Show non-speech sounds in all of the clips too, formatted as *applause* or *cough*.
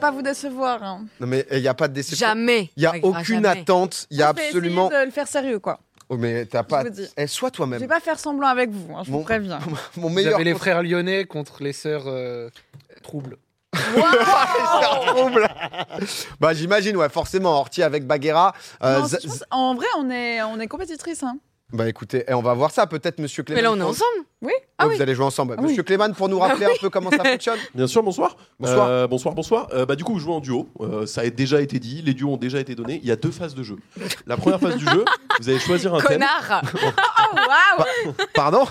pas vous décevoir. hein. Non, mais il n'y a pas de déception. Jamais. Ah, Il n'y a Greg, aucune jamais. attente. Il y a On fait essayer absolument. de le faire sérieux, quoi. Oh, mais t'as pas. vous dis. Eh, sois Je vais toi-même. pas faire semblant avec vous, hein, je Bon. vous préviens. Mon Vous meilleur. avez les frères lyonnais contre les sœurs euh, troubles. Trouble. bah, j'imagine, ouais, forcément. Horty avec Baguera. *laughs* euh, Non, Z- je pense- en vrai, on est, on est compétitrice. hein. Bah, écoutez, eh, on va voir ça. Peut-être, monsieur Clément. Mais là, on est ensemble. Ah Ah vous oui. allez jouer ensemble. Ah oui. Monsieur Clément, pour nous rappeler un peu comment ça *laughs* fonctionne. Bien sûr, bonsoir. Bonsoir. Euh, bonsoir, bonsoir. Euh, bah, du coup, vous jouez en duo. Euh, ça a déjà été dit. Les duos ont déjà été donnés. Il y a deux phases de jeu. La première phase du jeu, vous allez choisir un thème. Ah, Connard. Oh, waouh Pardon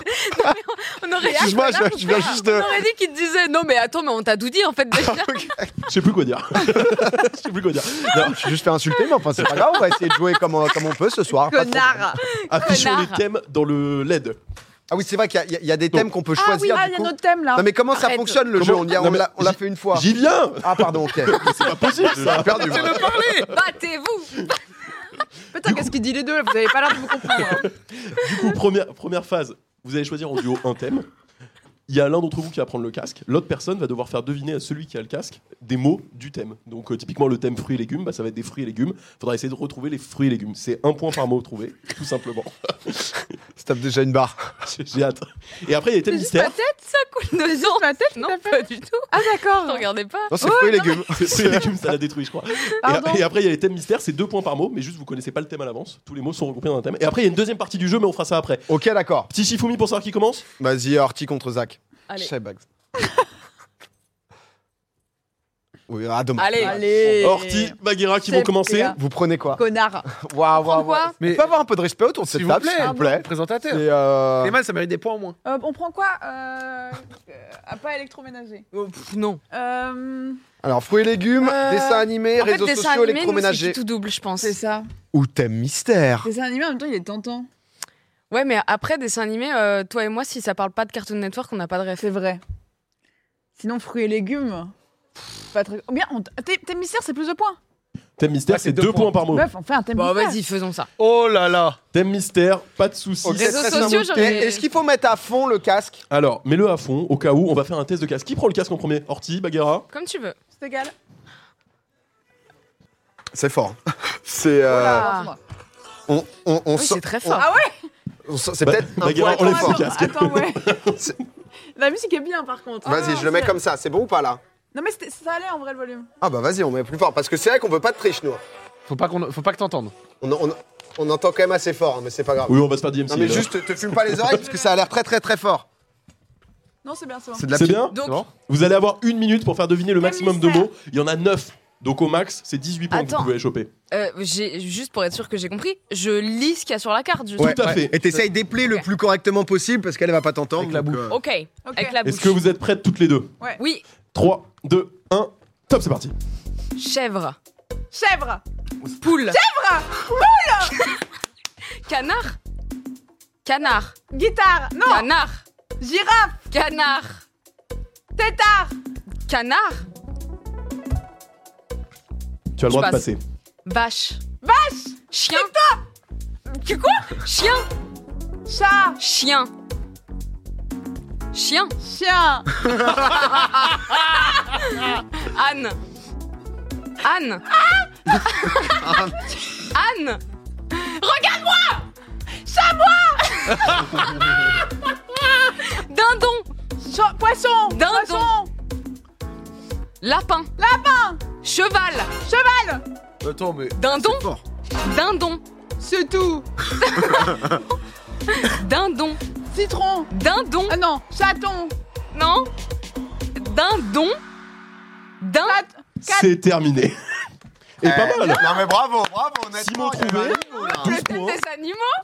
On aurait dit, Excuse-moi, je, je viens juste de. on aurait dit qu'il te disait non, mais attends, mais on t'a tout dit *laughs* en fait déjà. Je sais plus quoi dire. *laughs* Je sais plus quoi dire. Non, Je me suis juste fait insulter, mais enfin, c'est pas grave. On va essayer de jouer comme on, comme on peut ce soir. Pas de problème. Connard Ah affichons les Connard. thèmes dans le LED. Ah oui, c'est vrai qu'il y a- il y, a- il y a des thèmes qu'on peut Ah oui, choisir. ah, il du y a coup. notre thème là. Non, mais comment ça Arrête. fonctionne le Comment- jeu On, y a- Non, on mais l'a on l'a j'y- fait une fois. J'y viens. Ah, pardon, ok. *laughs* C'est pas possible. T'as Ça. *laughs* perdu. moi. Battez-vous. Putain, qu'est-ce qu'il dit les deux là Vous avez pas l'air de vous comprendre. hein. Du coup, première, première phase, vous allez choisir en duo un thème. Il y a l'un d'entre vous qui va prendre le casque. L'autre personne va devoir faire deviner à celui qui a le casque des mots du thème. Donc, euh, typiquement, le thème fruits et légumes, bah, ça va être des fruits et légumes. Il faudra essayer de retrouver les fruits et légumes. C'est un point par mot trouvé, tout simplement. Ça tape déjà une barre. J'ai- *laughs* J'ai hâte. Et après, il y a les thèmes C'est juste ma mystères. tête Ça coule de sang. C'est ma tête Non, tout à fait. pas du tout. Ah d'accord. Regardez pas. Non, c'est fruits et légumes. *laughs* C'est fruits et légumes, ça l'a détruit, je crois. Pardon. Et, et après, il y a les thèmes mystères, c'est deux points par mot, mais juste vous connaissez pas le thème à l'avance. Tous les mots sont regroupés dans un thème. Et après, il y a une deuxième partie du jeu, mais on fera ça après. Ok, d'accord. Petit Shifumi pour savoir qui commence Vas-y, Horty contre Zach. Allez. Chez Bugs. *laughs* Oui, ah, dommage. Allez. Allez. Horty, Bagheera qui C'est vont commencer. bien. Vous prenez quoi Connard. Waouh, Prendre quoi Mais... On peut avoir un peu de respect autour de cette S'il vous table, plaît, s'il vous plaît. présentateur. Et, euh, Les mal, Eh, ça mérite des points au moins. Euh, on prend quoi euh, euh, à pas électroménager Oh, pff, non. euh, Alors, fruits et légumes, Euh, dessins animés, En fait, réseaux dessin sociaux, animé, nous, électroménager. c'est tout double, je pense. C'est ça. Ou thème mystère. C'est un animé en même temps, il est tentant. Ouais, mais après, dessin animé, euh, toi et moi, si ça parle pas de Cartoon Network, on n'a pas de ref. C'est vrai. Sinon, fruits et légumes. Pas très... Ou Bien, on... thé- thème mystère, c'est plus de points. Thème mystère, Ah, c'est deux points par mot. Meuf, on fait un thème Bon, mystère. Bah, vas-y, faisons ça. Oh là là. Thème mystère, pas de soucis. Ok, Réseaux très sociaux, simple. j'aurais- Et- Est-ce qu'il faut mettre à fond le casque Alors, mets-le à fond, au cas où, on va faire un test de casque. Qui prend le casque en premier Horty, Bagheera Comme tu veux. C'est égal. C'est fort. *laughs* C'est. euh, Oula. Ah. Attends, attends, on on, on Oui, sent- c'est très on- fort. Ah on sent- c'est Bah- peut-être. un Bagheera, point on trop enlève son fort. casque. attends, ouais. C'est- *laughs* La musique est bien par contre. Ah, Vas-y, je le mets Ah, comme ça. C'est bon ou pas là Non, mais c'était- ça allait en vrai le volume. Ah bah vas-y, on met plus fort. Parce que c'est vrai qu'on veut pas de triche, nous. Faut pas qu'on, faut pas que t'entendes. On, on- on entend quand même assez fort, hein, mais c'est pas grave. Oui, hein. on va se faire DMC. Non mais là. juste, te fume pas les oreilles parce que ça a l'air très très très fort. Non, c'est bien, c'est bon. C'est de la C'est pi- bien Donc, Non Vous allez avoir une minute pour faire deviner le Thème maximum de mystère. mots. Il y en a 9. Donc au max, c'est 18 points que vous Attends. pouvez choper. euh, j'ai- juste pour être sûr que j'ai compris, je lis ce qu'il y a sur la carte. Je... Ouais, Tout à ouais. fait. Et t'essayes d'épeler le plus correctement possible parce qu'elle elle va pas t'entendre. Avec la donc, bouche. euh, Ok, Ok. avec la bouche. Est-ce que vous êtes prêtes toutes les deux Oui, 3, 2, 1, top, c'est parti. chèvre, Chèvre. poule. Chèvre Poule *laughs* Canard Canard, Guitare. Non. canard, Girafe. canard, Tétard. canard, Tu as le Je droit de passe. passer. vache. Vache Chien Tu quoi Chien, Chat. chien. Chien, Chien. Anne. Anne. ah, Anne. Regarde-moi Chamois *laughs* Dindon Cha- Poisson. Dindon. Poisson. Lapin. Lapin. Cheval. Cheval. Attends, mais. Dindon. fort. Dindon. C'est tout. Dindon. Citron. Dindon. Ah non. Chaton. Non. Dindon. Dindon. Chat- Quatre. C'est terminé. Et pas euh, mal. Non mais bravo, bravo, Six honnêtement. mots il y avait trouvés. un niveau, là. 12 Peut-être points. des animaux.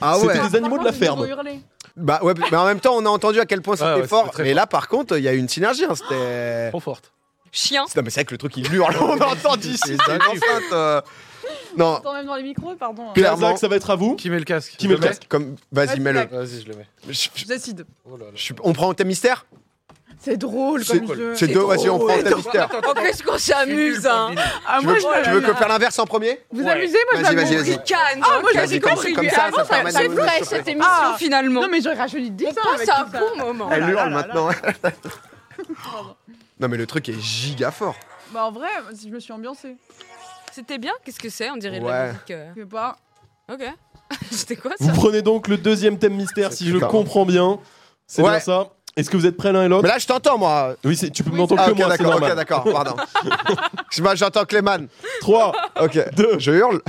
Ah C'était ouais. des animaux de la Par contre, j'ai ferme. trop hurlé. Bah ouais, mais en même temps, on a entendu à quel point c'était Ouais, ouais, fort. c'était très Oh. Mais là, par contre, il y a eu une synergie. hein, C'était. Trop forte. Chien. Non mais c'est vrai que le truc il hurle, on *laughs* a entendu ici. C'est c'est une enceinte, euh. Non, Attends, même dans les micros, pardon. clairement. Zach, ça va être à vous. Qui met le casque Qui met le Je mets- casque Comme vas-y Vas-y, mets-le. Zach. Vas-y, je le mets. Je- Je décide. Oh là là. je suis- On prend le thème mystère. C'est drôle C'est comme jeu. c'est deux. Vas-y, on prend le thème mystère. Oh, qu'est-ce qu'on s'amuse, hein. Ah, Tu moi, veux, je tu veux que faire l'inverse en premier Vous Ouais. amusez, moi, Vas-y, je vas-y, vas-y. Canne. Ah, moi, Vas-y, j'ai compris. comme ça, Ah, ça permet c'est de nous vrai, surprendre. cette émission. Ah, finalement. Non, mais j'aurais rajeuni 10 ans On hein, avec passe à un tout ça. bon moment. Elle là hurle là là maintenant. *laughs* Non, mais le truc est giga fort. Bah en vrai, si je me suis ambiancée. C'était bien Qu'est-ce que c'est On dirait de Ouais. la musique. euh, Je sais pas. Ok. *laughs* C'était quoi Vous ça prenez donc le deuxième thème mystère, si je Putain. comprends bien. C'est Ouais. bien ça. Est-ce que vous êtes prêts l'un et l'autre Mais là, je t'entends, moi. Oui, c'est- tu peux Oui, m'entendre Ah, que ok, moi, c'est d'accord, ok, normal. d'accord, pardon. Je- *laughs* moi, J'entends Cléman. 3, Ok. Deux. Je hurle.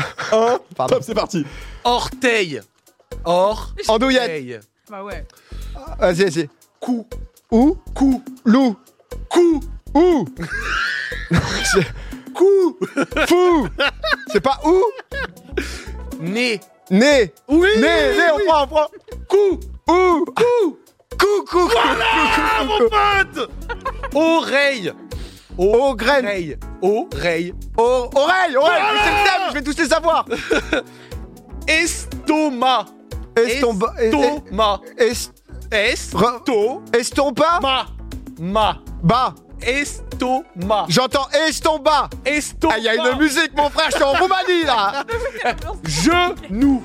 Ah, 1, *laughs* Pardon. top, c'est parti. Orteil. Or. Andouillette. Orteil. Bah ouais. Vas-y, vas-y. Cou. Où Cou. Loup. Cou. *laughs* Où Cou. Fou C'est pas où Nez. Né Oui. Né Né, on prend, on prend Cou. Où Cou. Coucou cou, Ah, mon pote. Oreille. Oh, graine Oreille. Oreille. Oh, oreille Oreille C'est le thème, je vais tous les savoir Estomac. Estomba... est- Estomac. est- Re- Estomac. Estompa Ma. Bah Estomac. J'entends estomba Estomac. Ah, il y a une musique, mon frère, je suis en Roumanie, là Genou.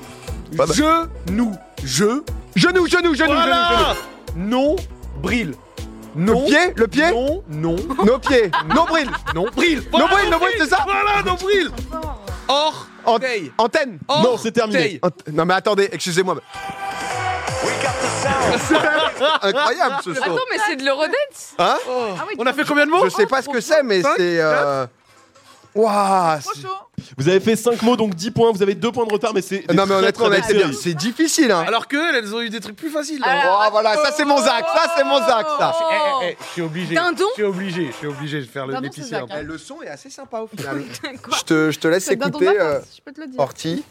Pas mal. Genou. Je. Genou, genou, genou, Voilà. Non. Bril. genou, genou Non. Pied Le pied Non. Non. Nos pieds Nombril Non. Bril. Nombril, nombril, c'est ça Voilà, nombril. Or. En- Orteil. Antenne Non, c'est terminé. Orteil. Ant- Non, mais attendez, excusez-moi. mais- *laughs* C'est incroyable, ce Attends, son mais c'est de l'eurodance Hein Oh. Ah oui, On a fait combien de mots Je sais pas ce que c'est, mais Cinq, c'est. euh, Waouh Trop c'est- chaud. Vous avez fait 5 mots, donc 10 points. Vous avez 2 points de retard, mais c'est. des Non, mais très, honnêtement, très on a belles été bien. séries. C'est difficile, hein Alors que elles, elles ont eu des trucs plus faciles. Ah là, Oh, voilà, ça c'est mon Zach, ça c'est mon Zach, ça Eh, Oh. eh, eh, je suis obligé. Dindon Je suis obligé. Je suis obligé de faire le Dindon, l'épicier c'est Zach, un peu. hein. Eh, Le son est assez sympa au *laughs* final. *laughs* Quoi Je te, je te laisse C'est dans ton écouter, vacances, euh, je peux te le dire. Horty.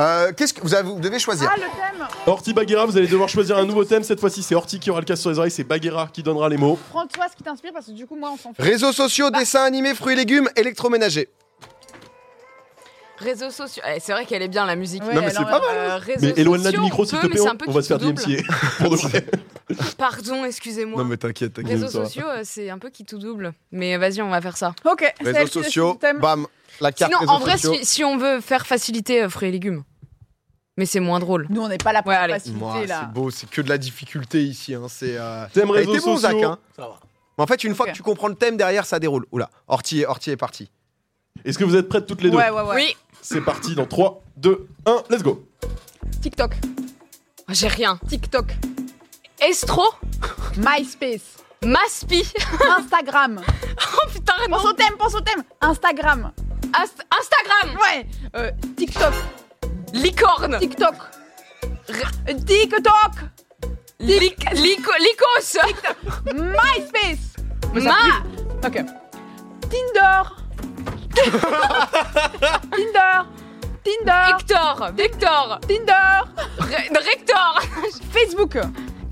Euh, Qu'est-ce que vous, avez- vous devez choisir Ah, le thème Orti Baguera, vous allez devoir choisir un nouveau thème. Cette fois-ci, c'est Orti qui aura le casse sur les oreilles, c'est Baguera qui donnera les mots. Prends-toi ce qui t'inspire parce que du coup, moi, on s'en fout. Réseaux sociaux, dessins animés, fruits et légumes, électroménager. Réseaux sociaux. Eh, c'est vrai qu'elle est bien la musique. Ouais, Non, mais c'est alors, pas mal, Euh, réseaux Mais éloigne-la du sociaux, micro, on s'il peut, mais te plaît. c'est On, un peu on va se faire du qui-tout-double. MCA. *laughs* Pour de vrai. Pardon, excusez-moi. t'inquiète, *laughs* t'inquiète. Réseaux ça va. sociaux, euh, c'est un peu qui tout double. Mais vas-y, on va faire ça. Ok, c'est elle Réseaux qui décide sociaux, Bah. du thème. bam, la carte Sinon, réseaux en vrai, sociaux. si, si on veut faire facilité euh, fruits et légumes. Mais c'est moins drôle. Nous, on n'est pas là pour Ouais, la allez. facilité, Moi, c'est là. beau, c'est que de la difficulté ici. Hein. C'est. Euh... Thème Eh, réseaux t'es bon, Zach. sociaux. Hein. Ça va. Mais en fait, une fois Ok. que tu comprends le thème derrière, ça déroule. Oula, Horty, est- Horty est parti. Est-ce que vous êtes prêtes toutes les deux Ouais, ouais, ouais. Oui, C'est parti dans 3, 2, 1, let's go. TikTok, j'ai rien. TikTok, Estro, MySpace, Maspi. *laughs* Instagram. Oh putain, non. Pense au thème, pense au thème. Instagram. Ast- Instagram, Ouais. Euh, TikTok, licorne, TikTok. Euh, TikTok, Lic- lico- licos, MySpace. ma, Ok. Tinder. *laughs* Tinder. Tinder. Hector, Victor, Tinder. Re- Rector, Facebook.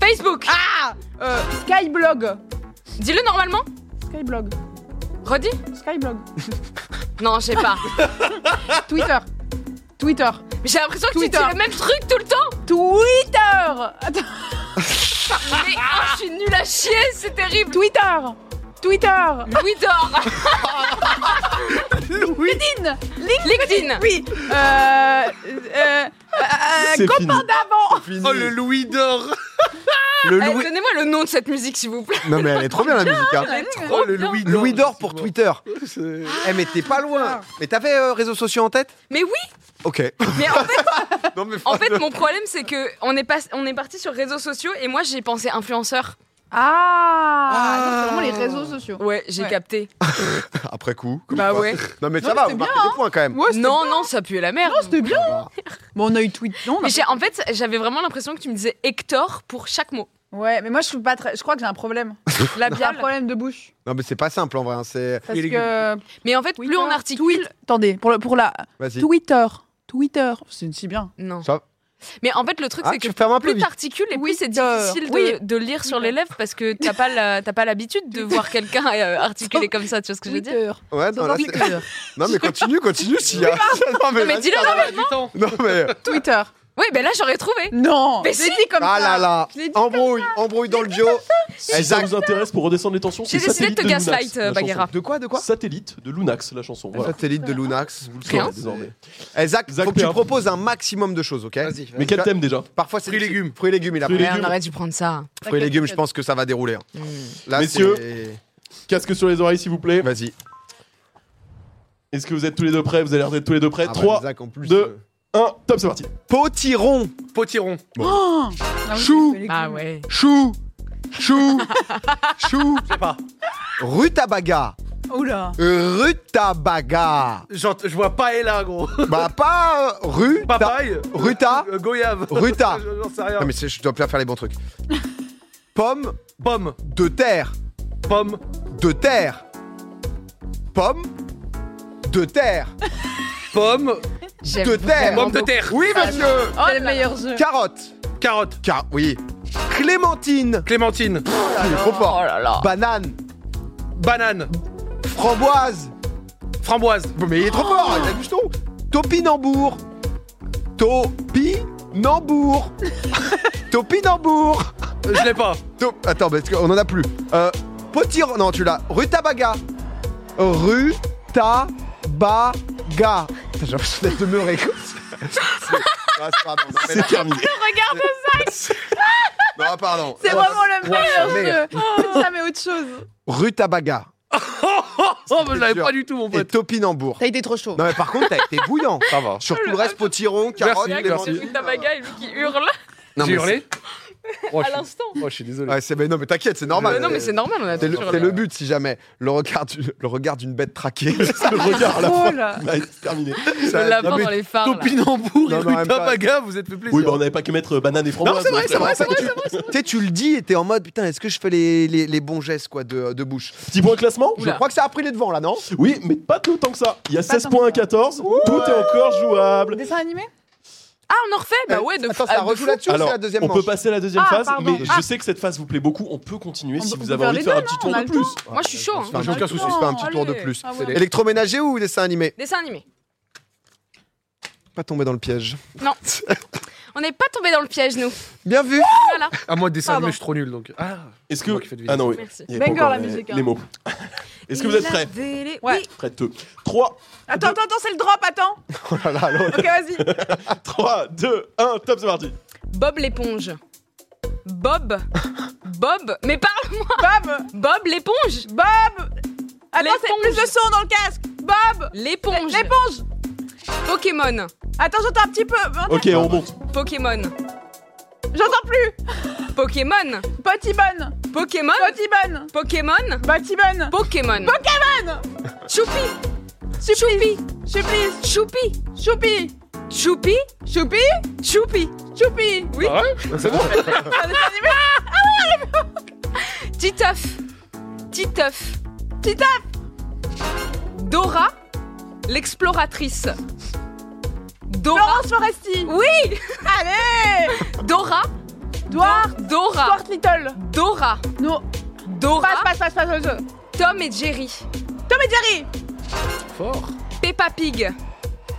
Facebook. Ah euh, Skyblog. Dis-le normalement. Skyblog. Redis. Skyblog. Non, je *laughs* sais pas. Twitter. Twitter. Mais j'ai l'impression que Twitter. tu dis le même truc tout le temps. Twitter. Attends. Mais ah, je suis nulle à chier, c'est terrible. Twitter. Twitter. Louis d'or, LinkedIn. LinkedIn, Oui. Euh, euh, euh, C'est copain fini. d'avant. Oh, le Louis d'or. Le Eh, Louis. Donnez-moi le nom de cette musique, s'il vous plaît. Non, mais elle est trop bien la musique. Hein. Oh, le Louis d'or. Louis d'or pour Twitter. Ah, Twitter. Eh, mais t'es pas loin. Mais t'avais euh, réseaux sociaux en tête Mais oui, Ok. mais en fait, *laughs* non, mais en *laughs* fait, mon problème, c'est que on est, pas, on est parti sur réseaux sociaux et moi, j'ai pensé influenceur. Ah, non, c'est vraiment les réseaux sociaux. Ouais, j'ai Ouais. capté. Après coup. comme Bah quoi. ouais. Non, mais Non, ça mais va, c'est on marque des points quand même. Ouais, c'était- Non, non, ça puait la merde. non, c'était bien. Ah. Bon, on a eu tweet. Non, on a Mais j'ai- en fait, j'avais vraiment l'impression que tu me disais Hector pour chaque mot. Ouais, mais moi je suis pas très. Je crois que j'ai un problème. Là, j'ai un problème de bouche. Non, mais c'est pas simple en vrai. hein, C'est. Parce Et les que. Mais en fait, plus on articule. Tweet- Attendez, pour, le, pour la. Vas-y. Twitter. Twitter. C'est si bien. Non. Ça- Mais en fait, le truc, Ah, c'est que tu fermes un peu plus vite. t'articules et Oui, plus c'est Tor. difficile de, Oui. de lire sur Oui. les lèvres parce que t'as pas la- t'as pas l'habitude de voir quelqu'un euh, articuler comme ça, tu vois ce que je veux dire Ah, Twitter. Ouais, non, là, c'est- *laughs* Twitter. non, mais continue, continue s'il y a. *laughs* non, Non, mais vas-y, dis-le ça va. normalement. Non, mais. *laughs* Twitter. Oui, ben là j'aurais trouvé. Non. Mais je si. l'ai dit comme Ah ça. là là. Je l'ai dit Embrouille, embrouille dans le duo. Si ça Zach. vous intéresse pour redescendre les tensions, J'ai c'est décidé de te Satellite Lunax, gaslight, la euh, chanson. Bagheera. De quoi, de quoi Satellite de Lunax, *laughs* la chanson. Un Voilà. Satellite de Lunax. Vous le Rien. saurez désormais. Eh, Zach, Zach faut que tu P1. proposes un maximum de choses, ok Vas-y. Mais quel Vas-y. thème déjà Parfois, c'est. Fruits et légumes. Fruits et légumes, il a Fruits et Ouais, légumes. on aurait dû prendre ça. Mmh. Fruits et légumes, je pense que ça va dérouler. hein. Là, Messieurs. c'est- Casque sur les oreilles, s'il vous plaît. Vas-y. Est-ce que vous êtes tous les deux prêts Vous avez l'air d'être tous les deux prêts. Ah bah, 3, Zach, en plus, deux. euh, 1, top, c'est parti. *laughs* Potiron. Potiron. Oh Ah oui, Chou. c'est les Ah légumes. ouais. Chou. Chou. Chou. Je sais pas. Rutabaga. Oula Rutabaga. *laughs* Genre, je vois paella, gros. Bah, pas euh, rue. ta- Papaye. Ruta. Euh, goyave. Ruta. *laughs* J'en sais rien. Non, mais c'est- je dois bien faire les bons trucs. Pomme Pomme. de terre. Pomme. De terre. Pomme de terre. Pomme. J'aime De terre. Pomme de terre. Oui, monsieur. C'est le meilleur jeu Carotte. Carotte. Car, oui. Clémentine. Clémentine. Il est trop fort. Oh là là. Banane. Banane. Framboise. Framboise. Mais il est trop fort, il a du jeton. Topinambour. *laughs* Topinambour. Topinambour. Euh, Je l'ai pas. Top- Attends, parce qu'on en a plus. Euh, potir... Non, tu l'as. Rutabaga. Rutabaga. Putain, J'ai l'impression d'être demeuré. quoi. Ah, c'est- pardon, non, mais là- C'est terminé. Regarde, Non, pardon. c'est Non, vraiment le meilleur merde. jeu Ça met autre chose Rutabaga Oh, bah, je l'avais dur. pas du tout, mon et pote. Topinambour. T'as été trop chaud Non, mais par contre, t'as été bouillant. Ça va. Sur tout le reste, potiron, carotte, Merci, clémentine. merci. et lui qui hurle Non, J'ai mais hurlé Oh, je suis- l'instant. oh, je suis c'est- désolé. Ouais, c'est- mais non, mais t'inquiète, c'est normal. Euh, non mais c'est normal, on a C'est le, toujours c'est le but si jamais. Le regard du- le regard d'une bête traquée. C'est le regard à la fin. Oh là Ouais, c'est terminé. Ça- le lapin non, mais- dans les phares. là. Topinambour Non, et mais en même temps- Rutabaga, vous êtes fait plaisir. Oui, bah on n'avait pas que mettre euh, banane et framboise. Non, c'est vrai, donc, c'est vrai, euh, c'est vrai, Tu sais, tu le dis et t'es en mode putain, est-ce que je fais les, les- les bons gestes quoi de, de bouche Petit point classement Je Oula. crois que ça a pris les devants là, non Oui, mais pas tout autant que ça. Il y a 16 tant points à que ça. 14. Tout est encore jouable. Dessin animé Ah, on en refait Bah Euh, ouais, de Attends, ah, ça de rejoue fou. là-dessus ou c'est Alors, la deuxième on manche peut passer à la deuxième Ah, phase, pardon. mais je Ah. sais que cette phase vous plaît beaucoup. On peut continuer On si peut- vous on avez peut envie de faire faire les un petit deux, tour non, on de a le plus. Moi, je suis chaud. hein. Enfin, J'ai aucun je- souci. Je fais un petit tour de Allez. plus. Ah, voilà. Électroménager ou dessin animé Dessin animé. Pas tomber dans le piège. Non. on n'est pas tombé dans le piège, nous. Bien *laughs* vu Voilà. À Ah, moi, dessin Pardon. animé, je suis trop nul donc. Ah, Est-ce C'est moi qui que. fais deviner. Ah non, oui. Merci. Il y avait pas Banger, encore la les- musique, hein. Les mots. *laughs* Est-ce que vous êtes prêts Ouais. Prêtes. 3, Attends, attends, attends, c'est le drop, attends *laughs* Oh là là, l'autre. Ok, vas-y 3, 2, 1, top, c'est parti. Bob l'éponge. Bob. Bob. Mais parle-moi. Bob Bob l'éponge. Bob Attends, c'est L'éponge. plus de son dans le casque Bob L'éponge. L'éponge Pokémon. Attends, j'entends un petit peu Oh. Ok, on remonte. Pokémon. J'entends plus Pokémon. Potibon Pokémon. Potibon Pokémon. Bah, Potibon Pokémon. Pokémon Choupi. Choupi Choupi Choupi. Choupi Choupi. Choupi Choupi. Choupi Oui. Ah ouais C'est bon C'est un dessin animé Titeuf. Titeuf. Titeuf. Dora. L'exploratrice. Dora. Laurence Foresti Oui. Allez Dora. Dwar Dora. Dwar Little Dora. Non Passe, Dora. passe, passe, passe, passe Tom et Jerry. Tom et Jerry Fort. Peppa Pig.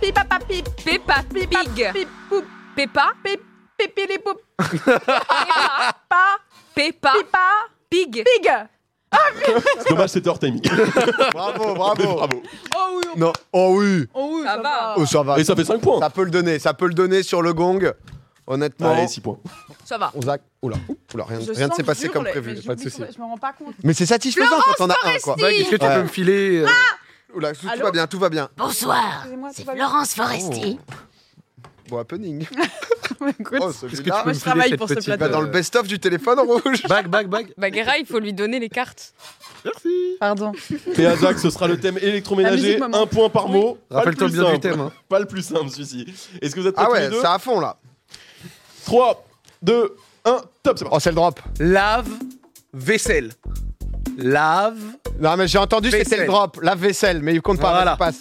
Pipa papi Peppa Pipa Pig. pip poup Peppa. pip pipi les poup Peppa. pa Peppa. pipa Pig. pig Dommage, c'était hors timing. Bravo, Mais bravo. Bravo. Oh oui Non, oh oui. Oh oui Ça ça va. va. Oh, ça va. Et ça fait 5 points. Ça peut le donner, ça peut le donner sur le gong. Honnêtement, Allez, 6 points. Ça va. on zac- Oula, oula, rien Je rien ne sens s'est que passé j'hurle, comme mais prévu, j'oublie pas de souci. que- Je me rends pas compte. Mais c'est satisfaisant quand on a un Ah, quoi. Mec, est-ce que tu Ouais. peux me filer euh, Oula, tout, tout Allô va bien, tout va bien. Bonsoir, Excusez-moi, c'est tout va bien. Florence Oh. Foresti. Bon happening. Écoute, Oh, Est-ce que tu celui-là. peux me je filer travaille cette pour ce petite plateau. Il va dans le best-of du téléphone *laughs* rouge. Ah Bag, bag, bag. Bagheera, il faut lui donner les cartes. *laughs* Merci. Pardon. Et à Zach, ce sera le thème La électroménager. musique, maman. Un point par mot. Pas le Rappelle-toi plus bien du simple. thème. hein. Pas le plus simple, celui-ci. Est-ce que vous êtes prêts Ah tous ouais, les deux ça à fond là. 3, 2, 1, top, c'est parti. Oh, c'est le drop. Lave, vaisselle. Lave, Non, mais j'ai entendu, c'était Vaisselle. le drop. La vaisselle, mais il compte pas, Voilà. il passe.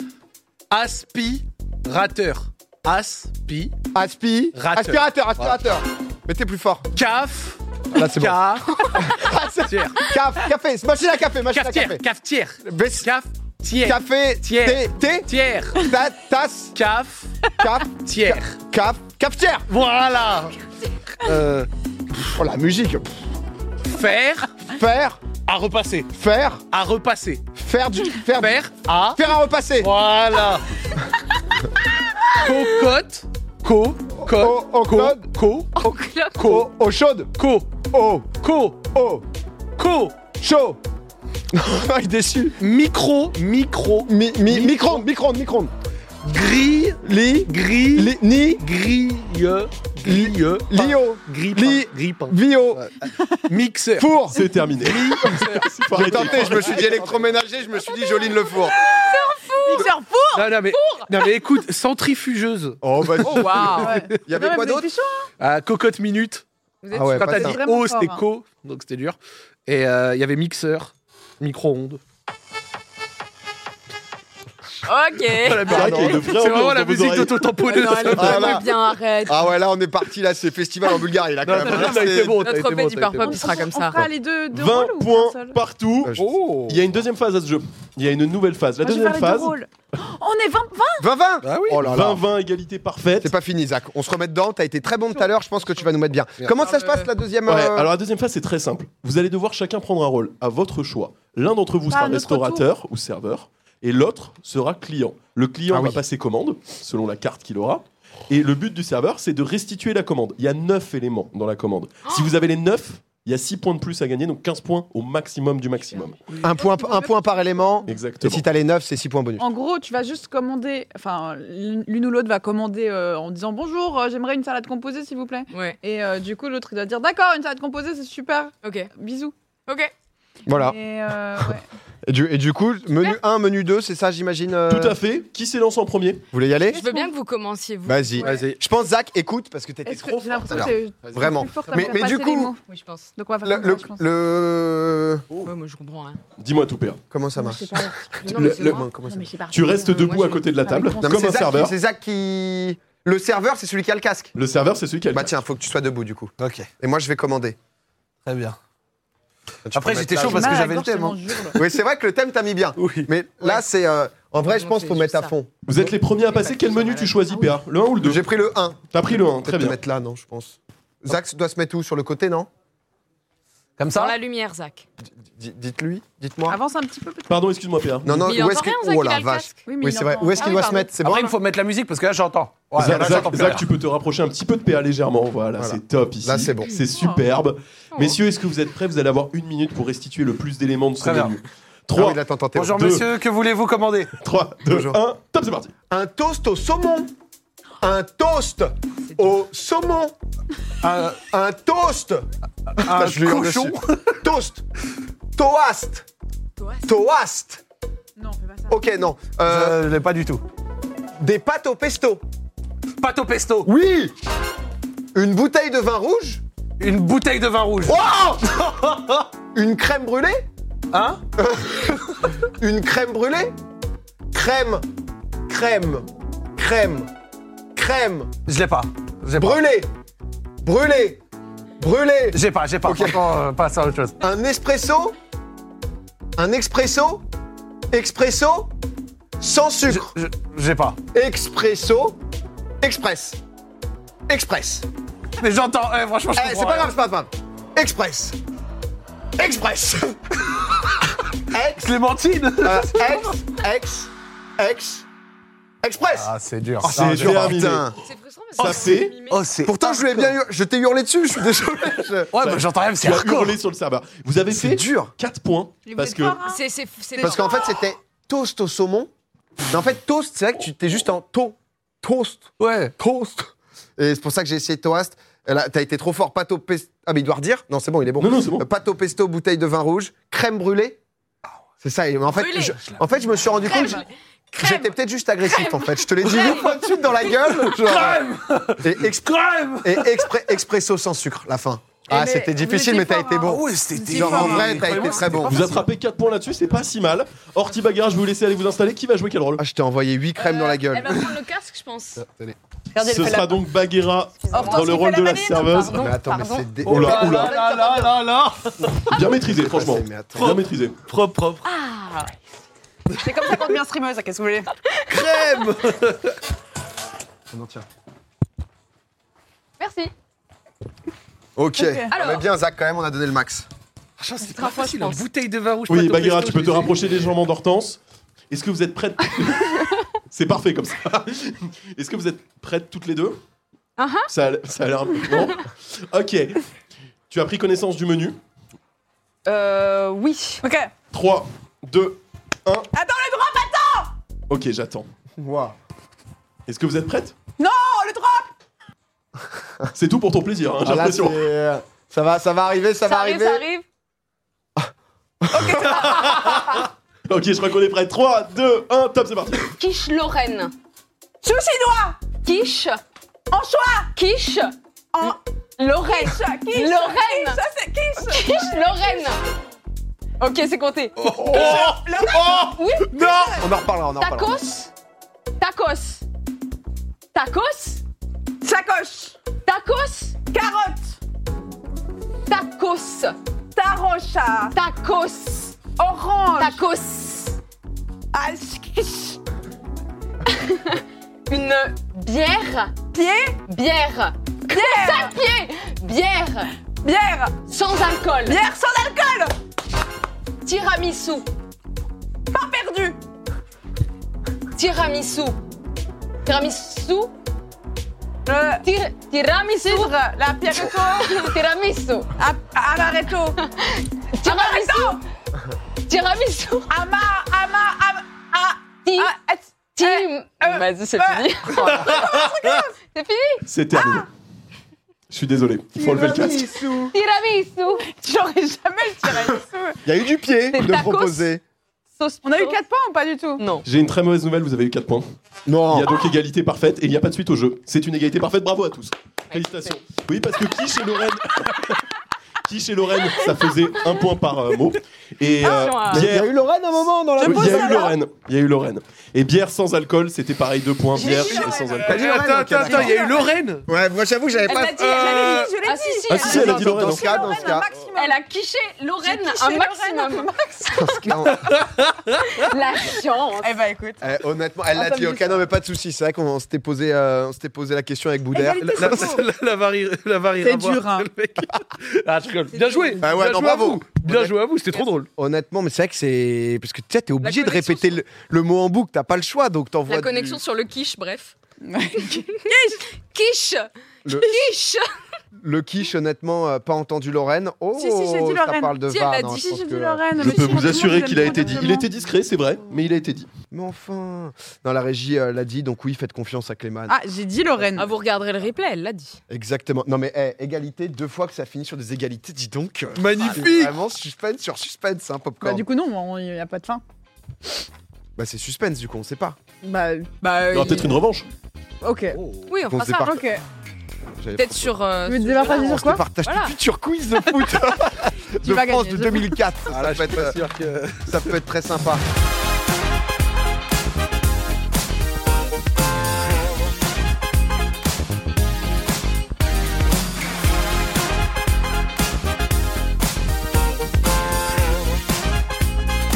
aspirateur. Aspi, Aspi. Rateur. Aspirateur, aspirateur. Mais t'es plus fort. caf, Là, c'est bon. car, *laughs* Cafetière. Caf, café, machine à café, machine à cafetière, café. cafetière, Vaisse- cafetière, Café, thé, Tiers. thé, tière, ta- tasse, cafetière. caf, caf, cafetière. Voilà. Euh, oh, la musique. Faire Faire, à repasser, faire, à repasser, faire du, faire, faire Oh, à faire à repasser. Voilà. Cocotte. Co. Co. Au- au Co. code. Co. Au club. Au, au chaude, Co. au, Co. au, Co. *laughs* chaud, Il est déçu. Micro, micro, Mi, mi, Micro. micro, micro, micro. grille, Li, grille, li, ni, grille, grille, lio, grippe, Li- grippe, vio, mixeur, four. C'est terminé. Faut J'ai arrêter. tenté, je me suis dit électroménager, je me suis dit Joline Le Four. Mixeur four Non, non, mais, non, mais écoute, centrifugeuse, Oh, vas-y. Oh, waouh ouais. Il y avait Non, mais quoi vous avez d'autre fait chaud, Ah, cocotte minute. Vous êtes Ah ouais, Quand pas t'as ça. dit vraiment O, c'était fort, hein. co, donc c'était dur. Et euh, il y avait mixeur, micro-ondes. Ok. Ah Voilà, C'est vrai qu'il y a Ah de C'est vrais ambiances vraiment la dans vos musique oreilles. d'auto-tamponneuse. non, elle est Ah, vraiment là. bien, arrête. Ah ouais, là, on est parti, là, c'est festival en Bulgarie, là, *laughs* quand Non, non, même. hein. non, t'as été bon, t'as Notre été bon, pète t'as hyper été pop, bon. il sera comme On ça. fera les deux, deux 20 rôles ou un points seul partout. Euh, je- Oh Il y a une deuxième phase à ce jeu. Il y a une nouvelle phase. La Moi, je vais deuxième faire les deux phase, rôles. Oh, On est 20, 20 20 20 Ah oui. Oh là là. 20-20, égalité parfaite. C'est pas fini, Zach. On se remet dedans. T'as été très bon tout à l'heure. Je pense que tu vas nous mettre bien. Comment ça se Ah, passe la deuxième Ouais, euh, alors la deuxième phase, c'est très simple. Vous allez devoir chacun prendre un rôle à votre choix. L'un d'entre vous Ah, sera notre restaurateur ou serveur et l'autre sera client. Le client Ah va oui. passer commande selon la carte qu'il aura. Et le but du serveur, c'est de restituer la commande. Il y a 9 éléments dans la commande. Si vous avez les 9, il y a 6 points de plus à gagner, donc 15 points au maximum du maximum. un, point, un point par élément. Et Exactement. si t'as les 9, c'est 6 points bonus. En gros, tu vas juste commander, enfin, l'une l'une ou l'autre va commander euh, en disant bonjour, euh, j'aimerais une salade composée, s'il vous plaît. Ouais, Et euh, du coup, l'autre, il doit dire d'accord, une salade composée, c'est super, ok. bisous. Ok. Voilà. Et euh, *laughs* ouais. Et du, et du coup, menu 1, menu 2, c'est ça, j'imagine. euh, Tout à fait. Qui s'élance en premier Vous voulez y aller Je veux bien que vous commenciez, vous. Vas-y. Ouais. Vas-y. Je pense, Zach, écoute, parce que t'étais Est-ce que trop j'ai fort. l'impression que Alors, c'est Vraiment. plus fort à Mais- faire mais du passer coup- les mots. Oui, je pense. Donc on va faire Le, comme le, ça, je pense. le- Ouais, moi, je comprends rien. Dis-moi tout, père. Comment ça Non, mais marche je sais pas l'articuler. Non, mais c'est le- moi. Comment ça marche Tu restes Euh, moi, debout à je- côté de la ça table, dépend. Non, mais comme c'est un Zach qui- serveur. C'est Zach qui. Le serveur, c'est celui qui a le casque. Le serveur, c'est celui qui a le Bah casque. tiens, faut que tu sois debout du coup. Ok, Et moi, je vais commander. Bah, très bien. Tu Après, peux j'étais mettre chaud là- parce Mal que à j'avais gorge, le thème, tellement hein. je jure, là. Oui, c'est vrai que le thème, t'as mis bien. Oui. Mais là, c'est. euh, en vrai, Ouais, je pense c'est faut mettre juste à ça. fond. Vous êtes les premiers Bah, à passer. Quel menu tu choisis, PA Le 1 ou le 2 J'ai pris le 1. T'as pris le 1, Peut-être très te bien. mettre là, non, je pense. Zach doit se mettre où Sur le côté, non Comme Dans ça la lumière, Zach. D- Dites-lui, dites-moi. Avance un petit peu peut-être. Pardon, excuse-moi, PA. Non, non, Ah Mais il où est-ce entend qu'il. rien, Zach, Oh il a la le vache. casque. mais Oui, il c'est vrai. entend. Où est-ce Ah qu'il oui, doit se pardon. mettre C'est bon Après, il me faut mettre la musique parce que là, j'entends. Ouais, Zach, là, Zach, j'entends plus Zach, rien. tu peux te rapprocher un petit peu de PA légèrement. Voilà, Voilà. c'est top ici. Là, c'est bon. C'est superbe. Oh. Messieurs, est-ce que vous êtes prêts Vous allez avoir une minute pour restituer le plus d'éléments de ce Très bien. menu. Ah oui, 3, là, t'entends tes- Bonjour Deux. messieurs, que voulez-vous commander 3, 2, Bonjour. 1. Top, c'est parti. Un toast au saumon. Un toast au saumon. Un, Un toast. Ah, un je lui ai cochon *laughs* toast. Toast. Toast. Non, fais pas ça. Ok, non. Euh, Je l'ai pas du tout. Des pâtes au pesto. Pâte au pesto Oui. Une bouteille de vin rouge. Une bouteille de vin rouge *laughs* Une crème brûlée. Hein Une crème brûlée Crème, crème, crème, crème, Je l'ai pas. J'ai pas. brûlée, brûlée, brûlée. J'ai pas, j'ai pas. Ok. Franchement, euh, passe à autre chose. Un espresso Un expresso Expresso Sans Je- sucre. je- J'ai pas. Expresso Express. Express. Mais j'entends, eh, franchement, je Eh, c'est comprends pas rien. grave, c'est pas grave. Express. Express. ex, Clémentine *laughs* euh, ex, ex, ex, express. Ah, c'est dur. Oh, c'est Ah, dur. dur. Putain. C'est frustrant parce Ça que fait- mimé. Oh, c'est. Pourtant, je lui ai bien eu. Je t'ai hurlé dessus, je suis désolé. je- Ouais, mais j'entends rien, mais c'est Tu as hardcore. hurlé sur le serveur. Vous avez C'est fait dur. 4 points Mais vous parce êtes que. forts, hein. C'est c'est c'est Parce qu'en fait, c'était toast au saumon. Mais en fait, toast, c'est vrai que tu t'es juste en to. Toast. Ouais. Toast. Et c'est pour ça que j'ai essayé toast. Et Là, t'as été trop fort. Pâte au pesto. Ah, mais il doit redire. Non, c'est bon, il est bon. Non, non, c'est bon. Euh, Pâte au pesto, bouteille de vin rouge, crème brûlée. C'est ça. et en fait, Brûlée. je, en fait, je me suis rendu compte. Crème. que J'étais crème. peut-être juste agressif en fait. Je te l'ai dit une fois de suite dans *laughs* la gueule. genre. Crème Et, exp- Crème et expre- expresso sans sucre, la fin. Ah, Eh mais c'était vous difficile, étiez mais t'as fort, été hein. bon. Oh, ouais, c'était Genre en fort, vrai, hein. t'as été très bon. Vous attrapez 4 points là-dessus, c'est pas si mal. Horty Bagarre, je vais vous laisser aller vous installer. Qui va jouer quel rôle Ah, je t'ai envoyé 8 crèmes Euh, dans la Elle eh gueule. ben, Euh. va prendre le casque, je pense. Ce sera donc Baguera dans le rôle de la serveuse. Mais attends, mais c'est *laughs* dé- Oh là, Oh là là là là là Bien maîtrisé, Qu'est-ce qui s'est franchement. passé, mais attends. Bien maîtrisé. Propre, propre. Ah. C'est comme ça qu'on devient streameuse, qu'est-ce que vous voulez Crème Merci. Ok. Alors. On est bien, Zach, quand même, on a donné le max. Franchement, c'est Trois fois, facile, je une pense. bouteille de vin rouge. Oui, pâte au Baguera, pesto, tu peux je te les ai. rapprocher légèrement d'Hortense. Est-ce que vous êtes prêtes C'est parfait comme ça. Est-ce que vous êtes prêtes toutes les deux Ah ah. Ça a l- ça a l'air un peu. bon. Ok. Tu as pris connaissance du menu. Euh, oui. Ok, 3, 2, 1. Attends, le grand attends Ok, j'attends. Waouh. Est-ce que vous êtes prête Non, le drop C'est tout pour ton plaisir, hein, j'ai Ah, là, l'impression. c'est- ça va, ça va arriver, ça, va arriver. ça arrive. Ok, je crois qu'on est prêt. 3, 2, 1, top, c'est parti. Quiche Lorraine. Sushi noir Quiche. Anchois. Quiche. En Lorraine. Quiche, quiche, Lorraine. quiche, Ça, c'est quiche Quiche Lorraine. Ok, c'est compté. Oh Oui. Non On en reparlera, on en reparlera. Tacos. Tacos. Tacos. Sacoche Tacos. Carotte Tacos. Tarocha Tacos. Orange Tacos. Ah, ch- ch- Une bière. Pied Bière. Bière Pied. Bière. Bière Sans alcool. Bière sans alcool Tiramisu. Pas perdu Tiramisu. Tiramisu. Le Tir- tiramisu. Euh, cidre, la pierretto, Tiramisu. à- à- amaretto Tiramisu. Tiramisu. Ama, ama, ama ah, Ti- ah, ah, Tim. euh, Vas-y, c'est euh. fini. c'est fini. C'est terminé. Ah Je suis désolé, il faut enlever le casque. Il Tiramisu. J'aurais jamais le tiramisu y a eu du pied Des de tacos. proposer. Sauce. On a eu piquante. 4 points ou pas du tout Non. J'ai une très mauvaise nouvelle, vous avez eu 4 points. Il y Non. Oh. a donc égalité parfaite et il n'y a pas de suite au jeu. C'est une égalité parfaite, bravo à tous. Félicitations. Oui, parce que qui chez Lorraine *laughs* Qui chez Lorraine, ça faisait un point par euh, mot. Et Ah, euh, Attention à- Il y a- il y bière. a eu Lorraine un moment dans la Oui, pose Il y a ça, eu là. Lorraine. Il y a eu Lorraine. Et bière sans alcool, c'était pareil, 2 points. Bière dit et sans Lorraine. alcool. T'as dit Lorraine, Attends, ok, attends, attends, il y a eu d'accord. Lorraine. Ouais, moi j'avoue que j'avais Elle pas. l'a dit, elle l'a dit, je l'ai Ah, dit si, si, Ah, si, elle elle a dit dit Lorraine. Dans ce cas, dans ce Lorraine, cas. un maximum. Elle a quiché Lorraine J'ai un kiffé maximum. Lorraine La science. Eh bah écoute. Eh, honnêtement, elle l'a Attends, dit. mais Ok, ça- non, mais pas de soucis. C'est vrai qu'on s'était posé, euh, on s'était posé la question avec Boudère. Égalité. La, la, la, la varie- la varie- C'est la voix. dur, hein. Le *laughs* mec. Ah, je rigole. Bien joué. Ah ouais, Bien non, joué à bravo. vous. Bien joué à vous, c'était trop drôle. Honnêtement, mais c'est vrai que c'est. Parce que tu sais, t'es obligé de connexion répéter le, le mot en boucle, t'as pas le choix, donc t'envoies. La connexion du- sur le quiche, bref. Ouais. Quiche Le- Quiche Le quiche, honnêtement, euh, pas entendu Lorraine. Oh, Si, si, j'ai dit ça Lorraine. parle de Si, elle Var, l'a non, dit, je pense j'ai que- dit Lorraine. Je peux vous assurer qu'il a été dit. Il était discret, c'est vrai, mais il a été dit. Mais enfin. Non, la régie euh, l'a dit, donc oui, faites confiance à Clément. Ah, j'ai dit Lorraine. Ah, vous regarderez le replay, elle l'a dit. Exactement. Non, mais eh, égalité, deux fois que ça finit sur des égalités, dis donc. euh, c'est Magnifique. Vraiment, suspense sur suspense, hein, Bah Popcorn. du coup non, il n'y a pas de fin. Bah, c'est suspense, du coup, on sait pas. Bah, bah Il y aura peut-être une revanche. Ok. Oh. Oui, on Qu'on fera se ça. départ- Ok. J'avais Peut-être pas- sur. euh, Vous êtes sur- déjà partagé Ah, On sur se quoi partage Voilà. tout de suite *laughs* sur quiz de foot de vas gagner, France de je- 2004. Ah, ça, peut là, je suis être, pas euh, sûr que- ça peut être très sympa.